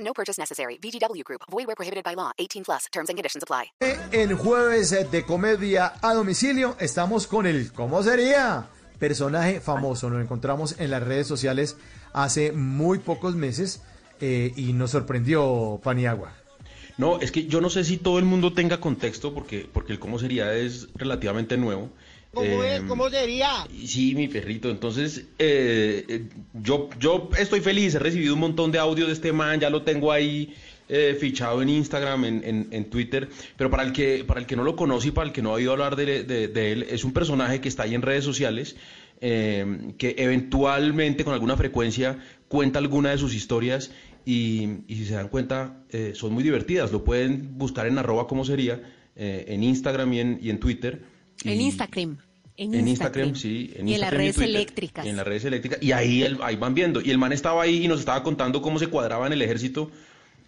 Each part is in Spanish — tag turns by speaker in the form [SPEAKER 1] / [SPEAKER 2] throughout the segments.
[SPEAKER 1] No purchase necessary. VGW Group. Void where prohibited by law. 18 plus. Terms and conditions apply.
[SPEAKER 2] En jueves de comedia a domicilio estamos con el ¿Cómo sería? Personaje famoso. Nos encontramos en las redes sociales hace muy pocos meses eh, y nos sorprendió Paniagua.
[SPEAKER 3] No, es que yo no sé si todo el mundo tenga contexto porque, porque el cómo sería es relativamente nuevo.
[SPEAKER 4] ¿Cómo, es?
[SPEAKER 3] Em,
[SPEAKER 4] ¿Cómo sería?
[SPEAKER 3] y Sí, mi perrito. Entonces, eh, eh, yo, yo estoy feliz. He recibido un montón de audio de este man. Ya lo tengo ahí eh, fichado en Instagram, en, en- en Twitter. Pero para el, que, para el que no lo conoce y para el que no ha oído hablar de, de- de él, es un personaje que está ahí en redes sociales. eh, que eventualmente, con alguna frecuencia, cuenta alguna de sus historias. Y, y si se dan cuenta, eh, son muy divertidas. Lo pueden buscar en arroba como sería, eh, en Instagram y en, y en Twitter.
[SPEAKER 5] En
[SPEAKER 3] Y-
[SPEAKER 5] Instagram. En,
[SPEAKER 3] en Instagram, sí. En Instagram
[SPEAKER 5] y en las redes
[SPEAKER 3] Twitter,
[SPEAKER 5] eléctricas.
[SPEAKER 3] Y en las redes eléctricas. Y ahí, el- ahí van viendo. Y el man estaba ahí y nos estaba contando cómo se cuadraba en el ejército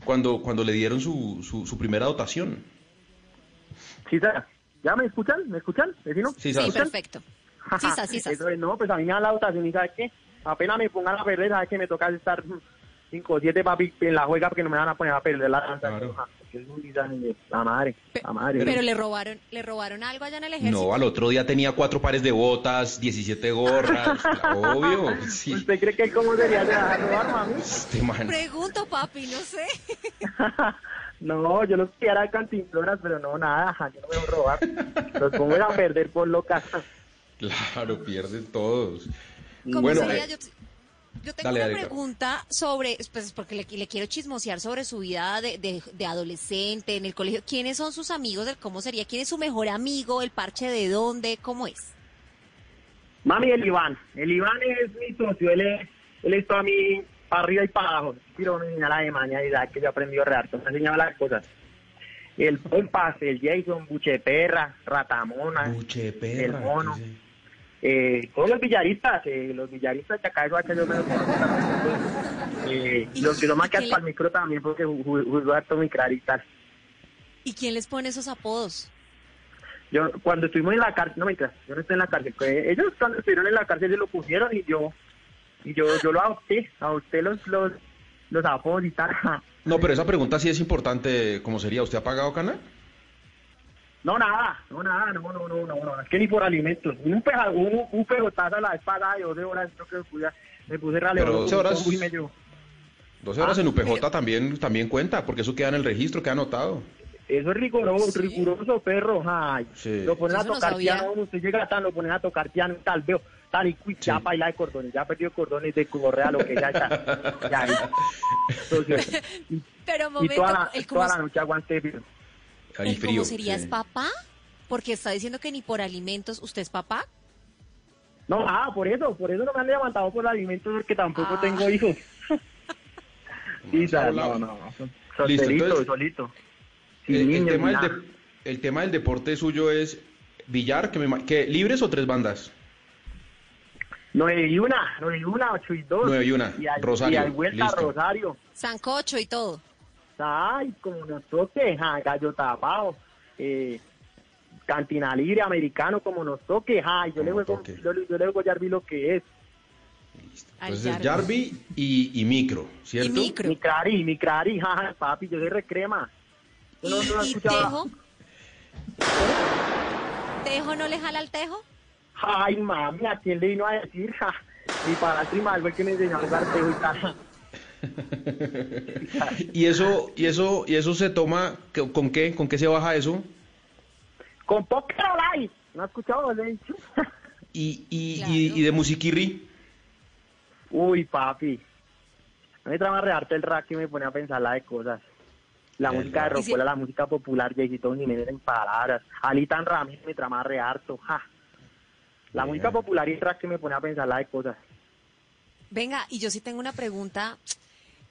[SPEAKER 3] cuando, cuando le dieron su, su, su primera dotación.
[SPEAKER 6] Sisa, ¿ya me escuchan? ¿Me escuchan? ¿Vecino?
[SPEAKER 3] Sí,
[SPEAKER 5] Sí,
[SPEAKER 3] ¿sabes?
[SPEAKER 5] perfecto. Sisas, sisas.
[SPEAKER 6] Eso es, no, pues a mí me da la dotación y ¿sabes qué? Apenas me pongan a perder, ¿sabes que Me toca estar 5 o 7 papi en la juega porque no me van a poner a perder la danza.
[SPEAKER 3] Claro.
[SPEAKER 6] Ah, yo soy un design de- La madre,
[SPEAKER 5] Pe-
[SPEAKER 6] la madre.
[SPEAKER 5] Pero le robaron, le robaron algo allá en el ejército.
[SPEAKER 3] No, al otro día tenía cuatro pares de botas, 17 gorras. obvio. Sí,
[SPEAKER 6] ¿Usted cree que cómo sería Pues de robar, mami?
[SPEAKER 3] este man.
[SPEAKER 5] Pregunto, papi, no sé.
[SPEAKER 6] No, yo los quiero cantimploras, pero no, nada, ajá, yo no me voy a robar. Los pongo a perder por loca.
[SPEAKER 3] Claro, pierden todos.
[SPEAKER 5] ¿Cómo
[SPEAKER 3] Bueno,
[SPEAKER 5] sería?
[SPEAKER 3] eh,
[SPEAKER 5] yo, yo tengo
[SPEAKER 3] dale,
[SPEAKER 5] una
[SPEAKER 3] dale, Caro.
[SPEAKER 5] pregunta sobre, pues porque le, le quiero chismosear sobre su vida de, de- de adolescente en el colegio. ¿Quiénes son sus amigos? del ¿Cómo sería? ¿Quién es su mejor amigo? ¿El parche de dónde? ¿Cómo es?
[SPEAKER 6] Mami, el Iván. El Iván es mi socio. Él, es- él está a mí para arriba y para abajo. Tiro a la de maña y da que yo aprendí a rear. Me ha enseñado las cosas. El Pompas, el Jason, Bucheperra, Ratamona,
[SPEAKER 3] Buche de
[SPEAKER 6] el
[SPEAKER 3] perra.
[SPEAKER 6] Mono.
[SPEAKER 3] ¿qué sé?
[SPEAKER 6] Eh, todos los villaristas, eh, los villaristas que acá eso acá yo me los conozco también. eh, Los que son más que
[SPEAKER 5] ¿Y qué le-
[SPEAKER 6] para el micro también, porque ju- ju- juzgo harto micraristas.
[SPEAKER 5] ¿Y quién les pone esos apodos?
[SPEAKER 6] Yo, cuando estuvimos en la cárcel, no mentiras, yo no estoy en la cárcel. eh, ellos cuando estuvieron en la cárcel se lo pusieron y yo, y yo, yo lo adopté, adopté los, los, los apodos y tal.
[SPEAKER 3] No, pero esa pregunta sí es importante. ¿Cómo sería? ¿Usted ha pagado, Cana?
[SPEAKER 6] No, nada, no, nada, no, no, no, no, no, es que ni por alimentos. Un, peja, un, un pegotazo a la espada de 12 horas, creo que me puse, me puse raleón,
[SPEAKER 3] Pero 12 horas-
[SPEAKER 6] uy, me llevó.
[SPEAKER 3] 12
[SPEAKER 5] Ah,
[SPEAKER 3] horas en UPJ también, también cuenta, porque eso queda en el registro, queda anotado.
[SPEAKER 6] Eso es riguroso,
[SPEAKER 5] Sí.
[SPEAKER 6] riguroso, perro. Ay,
[SPEAKER 3] Sí.
[SPEAKER 6] Lo ponen a
[SPEAKER 5] Eso no
[SPEAKER 6] tocar
[SPEAKER 5] sabía.
[SPEAKER 6] piano, usted llega tan, lo ponen a tocar piano, tal, veo, tal, y cuy, ya
[SPEAKER 3] Sí.
[SPEAKER 6] baila de cordones, ya perdió cordones de correa, lo que ya está. ya, Entonces,
[SPEAKER 5] Pero
[SPEAKER 6] y
[SPEAKER 5] momento,
[SPEAKER 6] toda la,
[SPEAKER 5] el cómo,
[SPEAKER 6] toda la noche aguanté, pero
[SPEAKER 3] Ahí
[SPEAKER 5] el
[SPEAKER 3] frío.
[SPEAKER 5] cómo sería
[SPEAKER 3] sí.
[SPEAKER 5] es papá, porque está diciendo que ni por alimentos usted es papá.
[SPEAKER 6] No, ah, por eso, por eso no me han levantado por alimentos, porque tampoco
[SPEAKER 5] Ah.
[SPEAKER 6] tengo hijos. Sí,
[SPEAKER 3] se ha
[SPEAKER 6] sal-
[SPEAKER 3] hablado.
[SPEAKER 6] no, no, solterito,
[SPEAKER 3] Listo, entonces-
[SPEAKER 6] solito.
[SPEAKER 3] Eh,
[SPEAKER 6] Sin
[SPEAKER 3] el,
[SPEAKER 6] niños,
[SPEAKER 3] tema
[SPEAKER 6] ni
[SPEAKER 3] del
[SPEAKER 6] nada.
[SPEAKER 3] de- el tema del deporte suyo es billar, que, me ima- que libres o tres bandas.
[SPEAKER 6] Nueve y una, nueve y una, ocho y dos.
[SPEAKER 3] Nueve y una,
[SPEAKER 6] al-
[SPEAKER 3] Rosario,
[SPEAKER 6] Y al vuelta
[SPEAKER 3] listo.
[SPEAKER 6] Rosario.
[SPEAKER 5] Sancocho y todo.
[SPEAKER 6] Ay, como nos toque, ja, gallo tapado, eh, cantina libre, americano, como nos toque, ja, yo, le
[SPEAKER 3] Como
[SPEAKER 6] juego,
[SPEAKER 3] toque.
[SPEAKER 6] yo, le- yo le juego a Jarvis lo que es,
[SPEAKER 5] Al
[SPEAKER 3] Entonces,
[SPEAKER 5] Jarvis.
[SPEAKER 3] Jarvi y, y micro, Pues ¿cierto?
[SPEAKER 5] Y micro.
[SPEAKER 6] mi crari, mi crari, ja, ja, papi, yo soy recrema.
[SPEAKER 5] ¿Y,
[SPEAKER 6] Yo no- no
[SPEAKER 5] y
[SPEAKER 6] escuchaba-
[SPEAKER 5] Tejo? ¿Tejo no le jala al Tejo?
[SPEAKER 6] Ay, mami, ¿a quién le vino a decir? Ja, mi padrastro y mal fue el que me enseñó a jugar tejo y tal.
[SPEAKER 3] Y eso, y eso, y eso se toma, ¿co- ¿con qué? ¿Con qué se baja eso?
[SPEAKER 6] Con Poker Live, ¿no has escuchado? Le he dicho.
[SPEAKER 3] Y, y,
[SPEAKER 5] Claro.
[SPEAKER 3] y- y de musiquirri,
[SPEAKER 6] Uy, papi, no me trama rearte el rack y me pone a pensar la de cosas. La
[SPEAKER 3] El
[SPEAKER 6] música de
[SPEAKER 3] rap.
[SPEAKER 5] Y si-
[SPEAKER 6] Rocola, la música popular, Jaycito Jiménez en palabras, Alitan Ramírez me trama re harto, ja. La
[SPEAKER 3] Bien.
[SPEAKER 6] música popular y el rack que me pone a pensar la de cosas.
[SPEAKER 5] Venga, y yo sí tengo una pregunta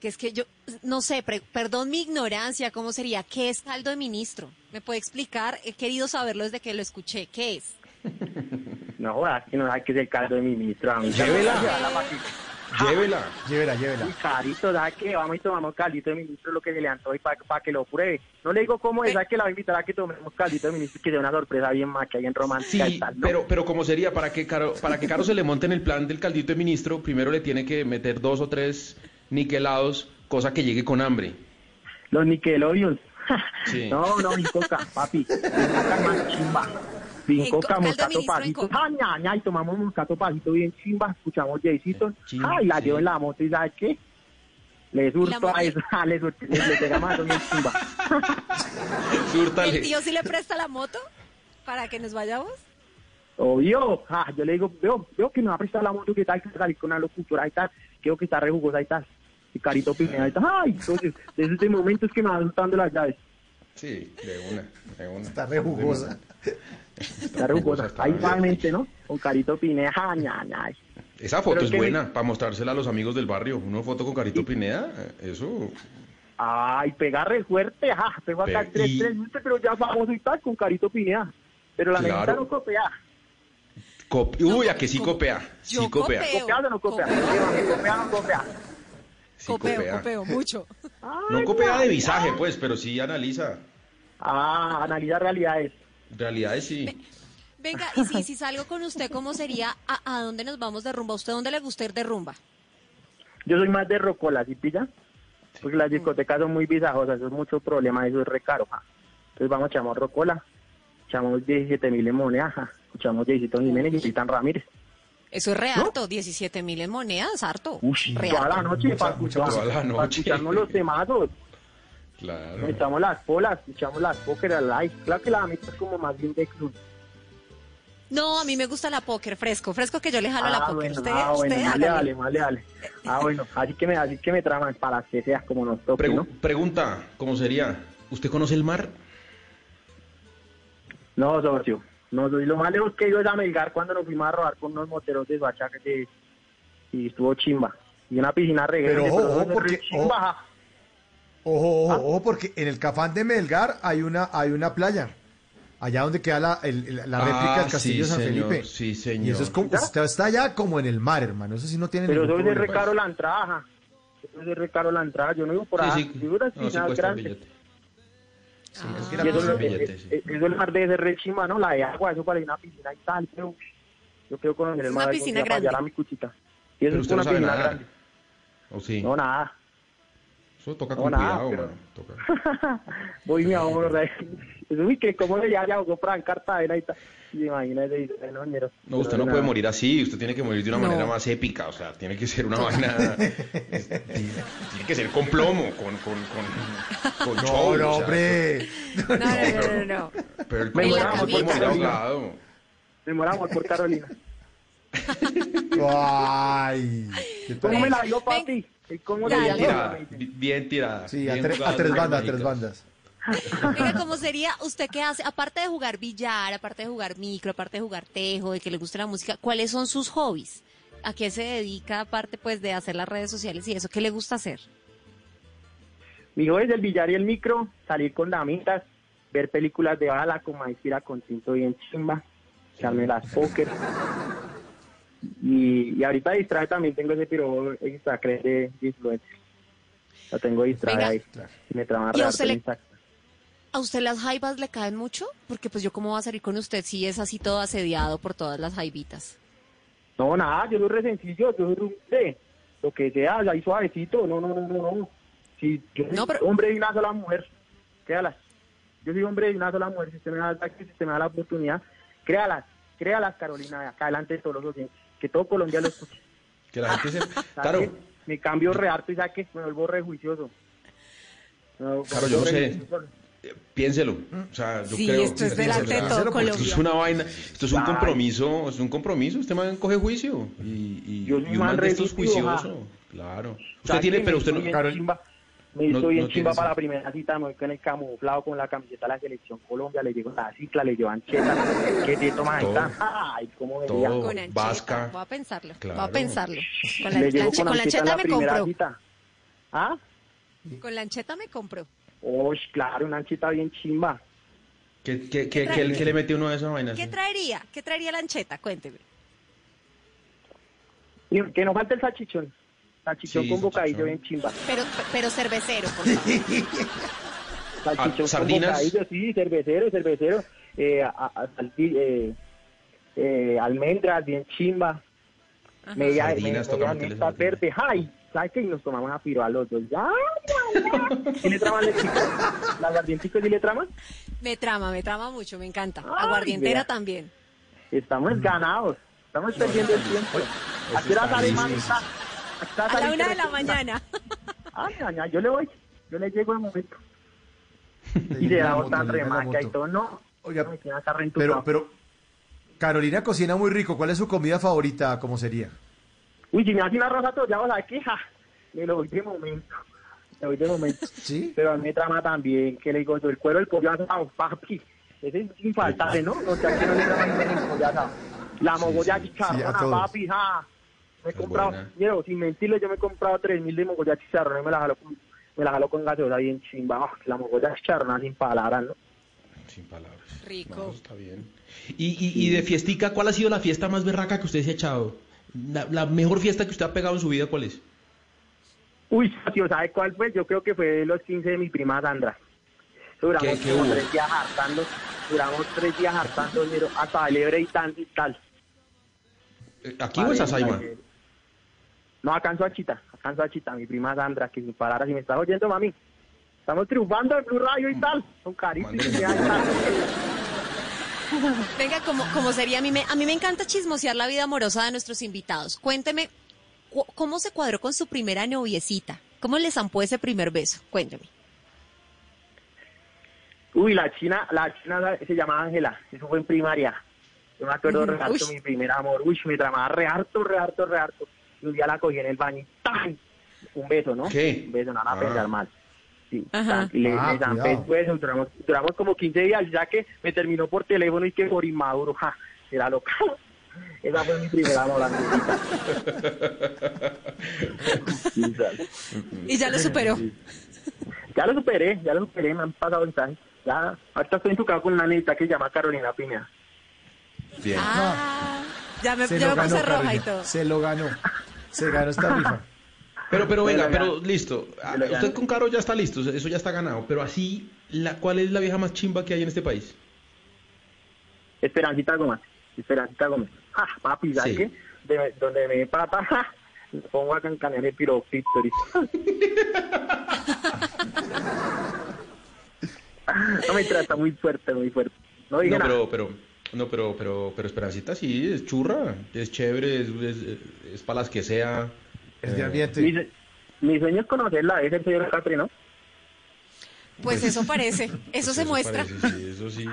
[SPEAKER 5] que es que yo, no sé, pre- perdón mi ignorancia, ¿cómo sería? ¿Qué es caldo de ministro? ¿Me puede explicar? He querido saberlo desde que lo escuché. ¿Qué es?
[SPEAKER 6] No jodas, que no hay que ser caldo de ministro. a mí.
[SPEAKER 3] Llévela. Llévela.
[SPEAKER 5] Ah.
[SPEAKER 2] Llévela, llévela.
[SPEAKER 6] Uy, carito, ¿sabes qué? Vamos y tomamos caldito de ministro lo que se le antoje para que lo pruebe. No le digo cómo es, ¿sabes que la voy a invitar a que tomemos caldito de ministro que sea una sorpresa bien macha, bien romántica y
[SPEAKER 3] Sí,
[SPEAKER 6] tal, ¿no?
[SPEAKER 3] pero, pero como sería, para que, Caro, para que Caro se le monte en el plan del caldito de ministro, primero le tiene que meter dos o tres niquelados, cosa que llegue con hambre.
[SPEAKER 6] Los Nickelodeons.
[SPEAKER 3] Sí.
[SPEAKER 6] No, no, Vincoca, papi. Vincoca más chimba. Vincoca,
[SPEAKER 5] Vincoca,
[SPEAKER 6] moscato
[SPEAKER 5] el
[SPEAKER 6] palito.
[SPEAKER 5] ministro
[SPEAKER 6] Ah, ña, ña, y tomamos moscato palito bien chimba, escuchamos Jaycito.
[SPEAKER 3] Chimba,
[SPEAKER 6] Ay, la
[SPEAKER 3] sí.
[SPEAKER 6] llevo en la moto y ¿sabes qué? Le surto
[SPEAKER 5] moto-
[SPEAKER 6] a eso, le surto, le, le pegamos a eso bien chimba.
[SPEAKER 3] Súrtale.
[SPEAKER 5] ¿El tío sí le presta la moto para que nos vayamos?
[SPEAKER 6] Obvio, ah, yo le digo, veo, veo que me va a prestar la moto que tal, que salir con una locutora y tal, creo que está re jugosa y tal. Y carito pineda y tal. Ay, entonces, desde este momento es que me van soltando las llaves.
[SPEAKER 3] Sí, de una, de una.
[SPEAKER 2] Está re jugosa.
[SPEAKER 6] Está re jugosa.
[SPEAKER 3] está
[SPEAKER 6] Ahí
[SPEAKER 3] bien.
[SPEAKER 6] vagamente, ¿no? Con carito pineda, ah, ña, ña.
[SPEAKER 3] Esa foto
[SPEAKER 6] Pero
[SPEAKER 3] es
[SPEAKER 6] que-
[SPEAKER 3] buena para mostrársela a los amigos del barrio. Una foto con Carito Pineda, eh, eso.
[SPEAKER 6] Ay, pegar re fuerte, ajá, pegó acá
[SPEAKER 3] Pe-
[SPEAKER 6] tres,
[SPEAKER 3] y-
[SPEAKER 6] tres minutos, pero ya famoso y tal, con carito pinea. Pero la
[SPEAKER 3] Claro.
[SPEAKER 6] neta no copea.
[SPEAKER 3] Cop- Uy, a que sí
[SPEAKER 5] co-
[SPEAKER 3] copea. Sí
[SPEAKER 5] yo
[SPEAKER 3] copea.
[SPEAKER 5] copeo.
[SPEAKER 6] ¿Copea o no copea?
[SPEAKER 5] Copeo.
[SPEAKER 6] Esteban, ¿Copea o no copea?
[SPEAKER 3] Sí
[SPEAKER 5] copeo,
[SPEAKER 3] copea.
[SPEAKER 5] copeo, mucho.
[SPEAKER 3] No
[SPEAKER 6] Ay,
[SPEAKER 3] copea de
[SPEAKER 6] madre.
[SPEAKER 3] visaje, pues, pero sí analiza.
[SPEAKER 6] Ah, analizar realidades.
[SPEAKER 3] Realidades sí.
[SPEAKER 5] Venga, y si, si salgo con usted, ¿cómo sería? ¿A, a dónde nos vamos de rumba? ¿A usted dónde le gusta ir de rumba?
[SPEAKER 6] Yo soy más de rocola, ¿sí pilla? Porque las discotecas son muy visajosas, eso es mucho problema, eso es re caro, ja. Entonces vamos, echamos rocola, echamos 17 mil en moneda, ja. Escuchamos Jaycito Jiménez y Titán Ramírez.
[SPEAKER 5] Eso es re harto, 17 mil en monedas, harto.
[SPEAKER 6] Uy,
[SPEAKER 5] Re
[SPEAKER 6] toda
[SPEAKER 5] harto.
[SPEAKER 6] la noche,
[SPEAKER 2] Mucha-
[SPEAKER 6] para
[SPEAKER 2] mucha
[SPEAKER 3] música.
[SPEAKER 6] escuchar-
[SPEAKER 3] Toda la
[SPEAKER 6] para
[SPEAKER 3] noche.
[SPEAKER 6] escucharnos los temazos.
[SPEAKER 3] Claro.
[SPEAKER 6] Nos Echamos las polas, echamos las póker al ice. Claro que la mitad es como más bien de club.
[SPEAKER 5] No, a mí me gusta la póker, fresco, fresco que yo le jalo a la póker.
[SPEAKER 6] bueno,
[SPEAKER 5] usted,
[SPEAKER 6] ah,
[SPEAKER 5] usted
[SPEAKER 6] bueno, más le
[SPEAKER 5] hágale.
[SPEAKER 6] vale, más le vale. Ah, bueno, así que me, así que me traman para que seas como nos toque,
[SPEAKER 3] Pregu-
[SPEAKER 6] ¿no?
[SPEAKER 3] Pregunta, ¿cómo sería? ¿Usted conoce el mar?
[SPEAKER 6] No, socio. No, socio, lo más lejos que yo es a Melgar cuando nos fuimos a robar con unos moteros de Suachaca que y estuvo chimba. Y una piscina re
[SPEAKER 2] Pero
[SPEAKER 6] grande,
[SPEAKER 2] ojo,
[SPEAKER 6] eso
[SPEAKER 2] ojo,
[SPEAKER 6] es re
[SPEAKER 2] porque-
[SPEAKER 6] chimba,
[SPEAKER 2] ojo.
[SPEAKER 6] ja.
[SPEAKER 2] Ojo,
[SPEAKER 3] Ah.
[SPEAKER 2] ojo, ojo, porque en el Cafán de Melgar hay una, hay una playa. Allá donde queda la, el- el- la
[SPEAKER 3] Ah,
[SPEAKER 2] réplica del Castillo
[SPEAKER 3] sí,
[SPEAKER 2] San
[SPEAKER 3] señor,
[SPEAKER 2] Felipe.
[SPEAKER 3] sí, señor.
[SPEAKER 2] Y eso es como,
[SPEAKER 6] ¿Ya?
[SPEAKER 2] está, está allá como en el mar, hermano. Eso sí no tiene
[SPEAKER 6] Pero
[SPEAKER 2] ningún
[SPEAKER 6] soy de
[SPEAKER 2] problema.
[SPEAKER 6] re caro la entrada, ja. Eso es de re caro la entrada. Yo no digo por
[SPEAKER 3] Sí,
[SPEAKER 6] ahí.
[SPEAKER 3] sí.
[SPEAKER 6] Digo una
[SPEAKER 3] No, sí
[SPEAKER 6] piscina
[SPEAKER 3] cuesta el
[SPEAKER 6] grande.
[SPEAKER 3] billete.
[SPEAKER 2] Es que
[SPEAKER 6] Y
[SPEAKER 2] era
[SPEAKER 6] eso,
[SPEAKER 3] Ese
[SPEAKER 2] cosa-
[SPEAKER 6] es-
[SPEAKER 3] billete,
[SPEAKER 6] es-
[SPEAKER 3] sí.
[SPEAKER 6] es- eso el mar de ese re chimba, ¿no? La de agua, eso para ir a una piscina y tal, pero yo quiero conocer el
[SPEAKER 5] Es una
[SPEAKER 6] mar algún
[SPEAKER 5] piscina
[SPEAKER 6] día para
[SPEAKER 5] grande.
[SPEAKER 6] hallar a mi cuchita. Y eso
[SPEAKER 3] Pero
[SPEAKER 6] es
[SPEAKER 3] usted no
[SPEAKER 6] una
[SPEAKER 3] sabe
[SPEAKER 6] piscina
[SPEAKER 3] nadar.
[SPEAKER 6] grande.
[SPEAKER 3] ¿O sí?
[SPEAKER 6] No, nada.
[SPEAKER 3] Eso toca
[SPEAKER 6] No,
[SPEAKER 3] con
[SPEAKER 6] nada,
[SPEAKER 3] cuidado,
[SPEAKER 6] pero-
[SPEAKER 3] mano, toca.
[SPEAKER 6] Voy y me ahorro. Uy, que cómo le ya le ahogó Fran Cartagena y tal. Y imagínate, y- no, ñero.
[SPEAKER 3] No, usted no
[SPEAKER 6] nada.
[SPEAKER 3] puede morir así, usted tiene que morir de una
[SPEAKER 5] No.
[SPEAKER 3] manera más épica, o sea, tiene que ser una vaina, es- tiene que ser con plomo, con, con, con, con show,
[SPEAKER 2] No,
[SPEAKER 3] o sea,
[SPEAKER 2] no, hombre.
[SPEAKER 5] No, no, no, no, no.
[SPEAKER 3] Pero el
[SPEAKER 6] Me
[SPEAKER 3] cómo
[SPEAKER 5] la
[SPEAKER 3] no puede
[SPEAKER 5] camisa.
[SPEAKER 3] morir ahogado.
[SPEAKER 6] Me muero de amor por Carolina.
[SPEAKER 2] Ay. qué tal.
[SPEAKER 6] ¿Cómo me la dio, papi? ¿Y cómo le
[SPEAKER 5] Dale.
[SPEAKER 3] Bien
[SPEAKER 6] dio?
[SPEAKER 3] tirada, bi- bien tirada.
[SPEAKER 2] Sí, a,
[SPEAKER 3] bien
[SPEAKER 2] tres- a
[SPEAKER 3] jugada,
[SPEAKER 2] tres
[SPEAKER 3] bien
[SPEAKER 2] bandas, a tres
[SPEAKER 3] mágica.
[SPEAKER 2] bandas.
[SPEAKER 5] Venga, ¿cómo sería? ¿Usted qué hace? Aparte de jugar billar, aparte de jugar micro, aparte de jugar tejo, de que le guste la música, ¿cuáles son sus hobbies? ¿A qué se dedica aparte pues de hacer las redes sociales y eso? ¿Qué le gusta hacer?
[SPEAKER 6] Mi hijo es el billar y el micro, salir con damitas, ver películas de bala con maicira con cinto bien chimba, echarme las póker. Y, y ahorita distrae también tengo ese piro extra cre- de, de influencer. Lo tengo distraído
[SPEAKER 5] Venga.
[SPEAKER 6] ahí. Me trama
[SPEAKER 5] Y a usted
[SPEAKER 6] re harto el
[SPEAKER 5] le-
[SPEAKER 6] Instagram.
[SPEAKER 5] ¿A usted las jaibas le caen mucho? Porque pues yo cómo voy a salir con usted si es así todo asediado por todas las jaibitas.
[SPEAKER 6] No, nada, yo soy re sencillo, yo soy re humilde. Lo que sea, ahí suavecito. No, no, no, no, no. Si yo soy
[SPEAKER 5] No, pero-
[SPEAKER 6] hombre de una sola mujer, créalas. Yo soy hombre de una sola mujer. Si usted me da, el saque, si usted me da la oportunidad, créalas, créalas, Carolina, de acá adelante de todos los oyentes, Que todo Colombia lo escuche.
[SPEAKER 3] Que la gente se...
[SPEAKER 6] ¿Sabe?
[SPEAKER 3] Claro,
[SPEAKER 6] Me cambio re harto y saque, me vuelvo re juicioso. No,
[SPEAKER 3] Claro, yo no
[SPEAKER 6] re
[SPEAKER 3] sé.
[SPEAKER 6] juicioso.
[SPEAKER 3] eh, piénselo, o sea, yo
[SPEAKER 5] Sí,
[SPEAKER 3] creo...
[SPEAKER 5] esto es
[SPEAKER 3] piénselo,
[SPEAKER 5] delante de
[SPEAKER 3] o sea,
[SPEAKER 2] pues.
[SPEAKER 3] piénselo, porque
[SPEAKER 5] todo
[SPEAKER 3] Esto
[SPEAKER 5] Colombia.
[SPEAKER 3] es una vaina, esto es un
[SPEAKER 6] Ay.
[SPEAKER 3] compromiso, es un compromiso, este man coge juicio, y, y,
[SPEAKER 6] Yo soy
[SPEAKER 3] y
[SPEAKER 6] un
[SPEAKER 3] un
[SPEAKER 6] man
[SPEAKER 3] man de estos
[SPEAKER 6] reducido, ah.
[SPEAKER 3] juicioso, claro. Usted
[SPEAKER 6] ¿Sabe
[SPEAKER 3] tiene,
[SPEAKER 6] qué?
[SPEAKER 3] pero
[SPEAKER 6] Me
[SPEAKER 3] usted no...
[SPEAKER 6] hizo bien
[SPEAKER 3] Carol-
[SPEAKER 6] chimba. Me hizo
[SPEAKER 3] no-
[SPEAKER 6] bien
[SPEAKER 3] no
[SPEAKER 6] chimba
[SPEAKER 3] tienes-
[SPEAKER 6] para la primera cita, me voy con el camuflado, con la camiseta de la selección Colombia, le llevo la cicla, le llevan cheta, ¿qué te tomas
[SPEAKER 3] Todo.
[SPEAKER 6] esta? Ay, cómo veía.
[SPEAKER 3] Todo.
[SPEAKER 5] Con ancheta.
[SPEAKER 3] vasca.
[SPEAKER 5] Voy a pensarlo. Voy
[SPEAKER 3] Claro.
[SPEAKER 5] a pensarlo. Con la,
[SPEAKER 6] Le llevo
[SPEAKER 5] anche-
[SPEAKER 6] con
[SPEAKER 5] con la
[SPEAKER 6] ancheta
[SPEAKER 5] ancheta
[SPEAKER 6] en la
[SPEAKER 5] me
[SPEAKER 6] primera
[SPEAKER 5] compro.
[SPEAKER 6] cita. ¿Ah?
[SPEAKER 5] Con lancheta me compro.
[SPEAKER 6] Oh, claro, una anchita bien chimba.
[SPEAKER 3] ¿Qué, qué, qué, qué- qué le metió uno de esas vainas?
[SPEAKER 5] ¿Qué traería? ¿Qué traería lancheta? Cuénteme.
[SPEAKER 6] Y que no falte el salchichón. Salchichón
[SPEAKER 3] Sí,
[SPEAKER 6] con bocadillo
[SPEAKER 3] salchichón.
[SPEAKER 6] bien chimba.
[SPEAKER 5] Pero, pero cervecero, por favor.
[SPEAKER 6] Salchichón con
[SPEAKER 3] ¿sardinas?
[SPEAKER 6] bocadillo, sí, cervecero, cervecero. Eh, a- a- salti- eh, eh, almendras bien chimba.
[SPEAKER 3] Sardinas,
[SPEAKER 6] Media, media, media
[SPEAKER 3] tocamos
[SPEAKER 6] almendra
[SPEAKER 3] teléfono.
[SPEAKER 6] verde. ¡Ay! ¿Sabes qué? Y nos tomamos a piro a los dos. ¡Ya, ya, ya! ¿Sí le traman el ¿La guardientico sí le traman?
[SPEAKER 5] Me trama, me trama mucho, me encanta.
[SPEAKER 6] Ay,
[SPEAKER 5] Aguardientera
[SPEAKER 6] vea.
[SPEAKER 5] también.
[SPEAKER 6] Estamos ganados. Estamos perdiendo el tiempo. ¿A qué hora sale, mami? ¿A qué hora
[SPEAKER 5] A la
[SPEAKER 6] sale?
[SPEAKER 5] una de la mañana.
[SPEAKER 6] Ah, ñaña, yo le voy. Yo le llego al momento.
[SPEAKER 2] Le llega
[SPEAKER 6] Y le
[SPEAKER 2] la
[SPEAKER 6] da
[SPEAKER 2] moto,
[SPEAKER 6] otra
[SPEAKER 2] le llega la
[SPEAKER 6] remaca y
[SPEAKER 2] moto.
[SPEAKER 6] todo. No.
[SPEAKER 2] Oiga,
[SPEAKER 6] me queda acá
[SPEAKER 2] Pero,
[SPEAKER 6] rentucado.
[SPEAKER 2] pero Carolina cocina muy rico. ¿Cuál es su comida favorita? ¿Cómo sería?
[SPEAKER 6] Uy, si me hace una rosa tollada, la queja. Me lo voy de momento. Me voy de momento.
[SPEAKER 2] ¿Sí?
[SPEAKER 6] Pero a mí me trama también, que le digo yo, el cuero del pollo asado, papi. Ese es sin faltarle, ¿no? No sé a quién no le trama el pollo asado. La mogolla
[SPEAKER 2] sí, a
[SPEAKER 6] chicharrona,
[SPEAKER 2] todos.
[SPEAKER 6] papi, ja. Me he
[SPEAKER 3] Es
[SPEAKER 6] comprado,
[SPEAKER 3] buena.
[SPEAKER 6] mira, sin mentirle, yo me he comprado 3.000 de mogolla chicharrona y me la jaló con, me la jaló con gaseosa bien chimba. Ah, la mogolla chicharrona sin palabras, ¿no?
[SPEAKER 3] Sin palabras.
[SPEAKER 5] Rico.
[SPEAKER 3] No, está bien. Y, y- y de fiestica, ¿cuál ha sido la fiesta más berraca que usted se ha echado? La, la mejor fiesta que usted ha pegado en su vida, ¿cuál es?
[SPEAKER 6] Uy, tío, ¿sabe cuál fue? Yo creo que fue los 15 de mi prima Sandra. Duramos
[SPEAKER 3] ¿Qué- qué
[SPEAKER 6] como
[SPEAKER 3] hubo?
[SPEAKER 6] tres días hartando, duramos tres días hartando, pero hasta liebre y tanto y tal.
[SPEAKER 3] Eh, ¿Aquí o en Sasaima?
[SPEAKER 6] No, alcanzó a Chita, alcanzó a Chita, mi prima Sandra, que sin palabras, si me estás oyendo, mami. Estamos triunfando en Blue Radio y tal, con cariño y
[SPEAKER 3] Mándale,
[SPEAKER 6] tal.
[SPEAKER 5] Venga, como, como sería, a mí, me, a mí me encanta chismosear la vida amorosa de nuestros invitados. Cuénteme, cu- ¿cómo se cuadró con su primera noviecita? ¿Cómo le zampó ese primer beso? Cuénteme.
[SPEAKER 6] Uy, la china, la china se llamaba Ángela, eso fue en primaria. Yo me acuerdo re harto,
[SPEAKER 5] Uy.
[SPEAKER 6] mi primer amor, uy, me tramaba re harto, re harto, re harto. Y un día la cogí en el baño y ¡tan! Un beso, ¿no?
[SPEAKER 3] ¿Qué?
[SPEAKER 6] Un beso, nada,
[SPEAKER 3] Ah.
[SPEAKER 6] a pensar mal. Sí,
[SPEAKER 5] Ajá.
[SPEAKER 6] tan, le,
[SPEAKER 2] Ah,
[SPEAKER 6] le zampé el
[SPEAKER 2] cuidado.
[SPEAKER 6] beso, duramos, duramos como 15 días, ya que me terminó por teléfono y que por inmaduro, ja, era loca. Esa fue mi primera amor, Angelita. Sí, tal.
[SPEAKER 5] Y ya lo superó.
[SPEAKER 6] Ya lo superé, ya lo superé, me han pasado mensajes. Ya, ahorita estoy enfocado con una nenita que se llama Carolina Piña.
[SPEAKER 3] Bien.
[SPEAKER 5] Ah, ya me,
[SPEAKER 2] Se
[SPEAKER 5] ya
[SPEAKER 2] lo
[SPEAKER 5] me
[SPEAKER 2] ganó,
[SPEAKER 5] puse roja y
[SPEAKER 2] Carolina.
[SPEAKER 5] todo.
[SPEAKER 2] Se lo ganó. Se ganó esta rifa.
[SPEAKER 3] Pero, pero venga,
[SPEAKER 6] Pero ya.
[SPEAKER 3] pero listo. Ah,
[SPEAKER 6] Pero ya.
[SPEAKER 3] Usted con Caro ya está listo, eso ya está ganado. Pero así, la, ¿cuál es la vieja más chimba que hay en este país?
[SPEAKER 6] Esperancita Gómez, Esperancita Gómez. Ja, papi,
[SPEAKER 3] Sí.
[SPEAKER 6] ¿sabes qué? De- donde me pata, ja, me pongo a cancanear el piroxito. no me trata muy fuerte, muy fuerte. No dije
[SPEAKER 3] No,
[SPEAKER 6] nada.
[SPEAKER 3] pero, pero, no, pero, pero, pero Esperancita sí, es churra, es chévere, es, es, para las que sea.
[SPEAKER 2] Es de
[SPEAKER 3] Eh,
[SPEAKER 6] Mi,
[SPEAKER 2] ambiente.
[SPEAKER 6] se- mi sueño es conocerla, es el señor Capri, ¿no?
[SPEAKER 5] Pues eso parece, eso se muestra.
[SPEAKER 3] parece, sí, eso sí.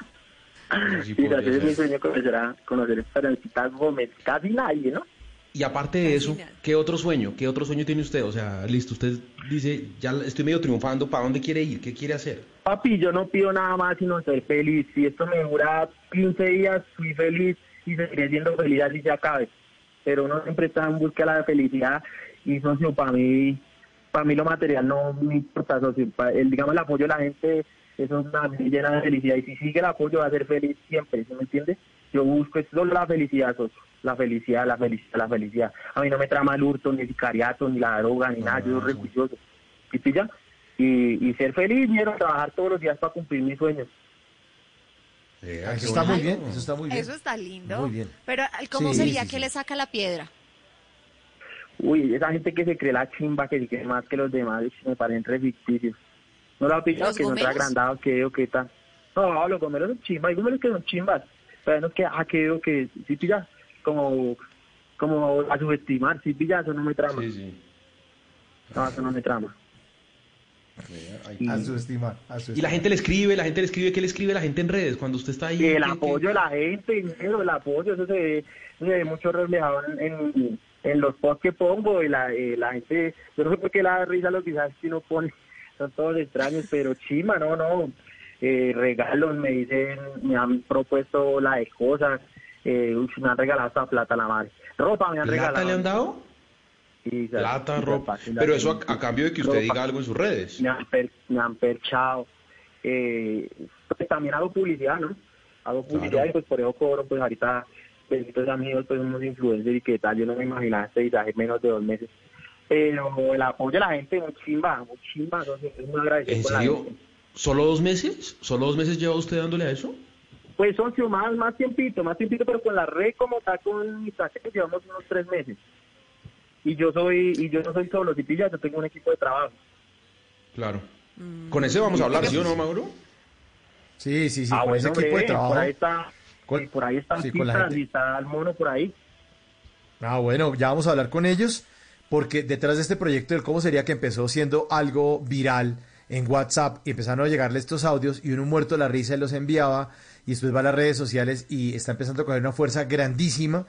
[SPEAKER 3] Eso sí
[SPEAKER 6] Sí,
[SPEAKER 3] podría
[SPEAKER 6] ese es
[SPEAKER 3] ser.
[SPEAKER 6] mi sueño conocer a, conocer a Esperancita Gómez. Casi nadie, ¿no?
[SPEAKER 3] Y aparte de eso,
[SPEAKER 5] Imagínate.
[SPEAKER 3] ¿qué otro sueño? ¿Qué otro sueño tiene usted? O sea, listo, usted dice, ya estoy medio triunfando, ¿para dónde quiere ir? ¿Qué quiere hacer?
[SPEAKER 6] Papi, yo no pido nada más sino ser feliz. Si esto me dura 15 días, fui feliz y seguiré siendo feliz así se acabe. Pero uno siempre está en busca de la felicidad y socio, para mí, para mí lo material no me importa, socio. Pa- el, digamos, el apoyo de la gente, eso es una me llena de felicidad. Y si sigue el apoyo, va a ser feliz siempre, ¿sí me entiende? Yo busco es solo la felicidad, socio. La felicidad, la felicidad, la felicidad. A mí no me trama el hurto, ni el sicariato, ni la droga, ni nada. Yo soy orgulloso. ¿Sí pilla? Y, y ser feliz, quiero trabajar todos los días para cumplir mis sueños.
[SPEAKER 3] Eh,
[SPEAKER 2] Ah,
[SPEAKER 3] qué
[SPEAKER 2] Eso está muy
[SPEAKER 3] bonito.
[SPEAKER 2] bien. Eso está muy bien.
[SPEAKER 5] Eso está lindo.
[SPEAKER 2] Muy bien.
[SPEAKER 5] Pero ¿cómo
[SPEAKER 2] Sí,
[SPEAKER 5] sería
[SPEAKER 2] sí,
[SPEAKER 5] que
[SPEAKER 2] sí.
[SPEAKER 5] le saca la piedra?
[SPEAKER 6] Uy, esa gente que se cree la chimba, que se cree más que los demás, uy, me parecen re ficticios. ¿No lo ha pillado?
[SPEAKER 5] ¿Los
[SPEAKER 6] Que son re
[SPEAKER 5] gomelos?
[SPEAKER 6] agrandados, que veo que tal. No, los gomelos son chimbas, hay gomelos que son chimbas. Pero no es que, ah, que veo que, sí, pilla, como, como a subestimar, sí, pilla, eso no me trama.
[SPEAKER 3] Sí, sí.
[SPEAKER 6] No, eso no me trama.
[SPEAKER 3] Eh, ahí
[SPEAKER 2] A
[SPEAKER 3] está.
[SPEAKER 2] su estimar. A su
[SPEAKER 3] Y la
[SPEAKER 2] estimar.
[SPEAKER 3] gente le escribe, la gente le escribe, ¿qué le escribe la gente en redes cuando usted está ahí?
[SPEAKER 6] Y el
[SPEAKER 3] ¿Qué- qué-
[SPEAKER 6] apoyo de la gente, dinero, el apoyo, eso se ve, se ve mucho reflejado en, en- en los posts que pongo y la, eh, la gente, yo no sé por qué la da risa los quizás si no pone, son todos extraños, pero chima, no, no, eh, regalos me dicen, me han propuesto la de cosas, eh, uy, me han regalado hasta plata la madre, ropa me han
[SPEAKER 3] ¿Plata
[SPEAKER 6] regalado.
[SPEAKER 3] le han dado?
[SPEAKER 6] sí, sal-
[SPEAKER 3] Plata,
[SPEAKER 6] y
[SPEAKER 3] ropa.
[SPEAKER 6] zapatos,
[SPEAKER 3] Pero eso a,
[SPEAKER 6] zapatos,
[SPEAKER 3] a cambio de que usted
[SPEAKER 6] ropa.
[SPEAKER 3] diga algo en sus redes.
[SPEAKER 6] Me han, per- me han perchado. Eh, pues también hago publicidad, ¿no? Hago publicidad
[SPEAKER 3] Claro.
[SPEAKER 6] y pues por eso cobro, pues ahorita benditos amigos, pues unos influencers y qué tal, yo no me imaginaba este visaje en menos de dos meses. Pero el apoyo de la gente, muy chimba, muy chimba, no sé, es muy agradecido
[SPEAKER 3] ¿En
[SPEAKER 6] con la
[SPEAKER 3] serio?
[SPEAKER 6] gente.
[SPEAKER 3] ¿Solo dos meses? ¿Solo dos meses lleva usted dándole a eso?
[SPEAKER 6] Pues son sí, más, más tiempito, más tiempito, pero con la red como está con mi saque, llevamos unos tres meses. Y yo soy, y yo no soy solo, si pillas, yo tengo un equipo de trabajo.
[SPEAKER 3] Claro.
[SPEAKER 5] Mm.
[SPEAKER 3] Con ese vamos a hablar, ¿sí o no, Mauro?
[SPEAKER 2] Sí, sí, sí,
[SPEAKER 6] Ah,
[SPEAKER 2] con ese
[SPEAKER 6] bueno,
[SPEAKER 2] equipo de
[SPEAKER 6] breve,
[SPEAKER 2] trabajo.
[SPEAKER 6] Por ahí está,
[SPEAKER 2] Con-
[SPEAKER 6] sí, por ahí está
[SPEAKER 2] sí, con la
[SPEAKER 6] Pizza,
[SPEAKER 2] gente.
[SPEAKER 6] y está el mono por ahí.
[SPEAKER 2] Ah, bueno, ya vamos a hablar con ellos, porque detrás de este proyecto del cómo sería que empezó siendo algo viral en WhatsApp y empezaron a llegarle estos audios y uno muerto de la risa y los enviaba y después va a las redes sociales y está empezando a coger una fuerza grandísima.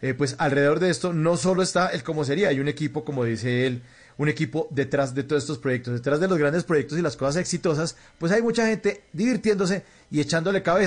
[SPEAKER 2] Eh, pues alrededor de esto no solo está el cómo sería, hay un equipo, como dice él, un equipo detrás de todos estos proyectos, detrás de los grandes proyectos y las cosas exitosas, pues hay mucha gente divirtiéndose y echándole cabeza.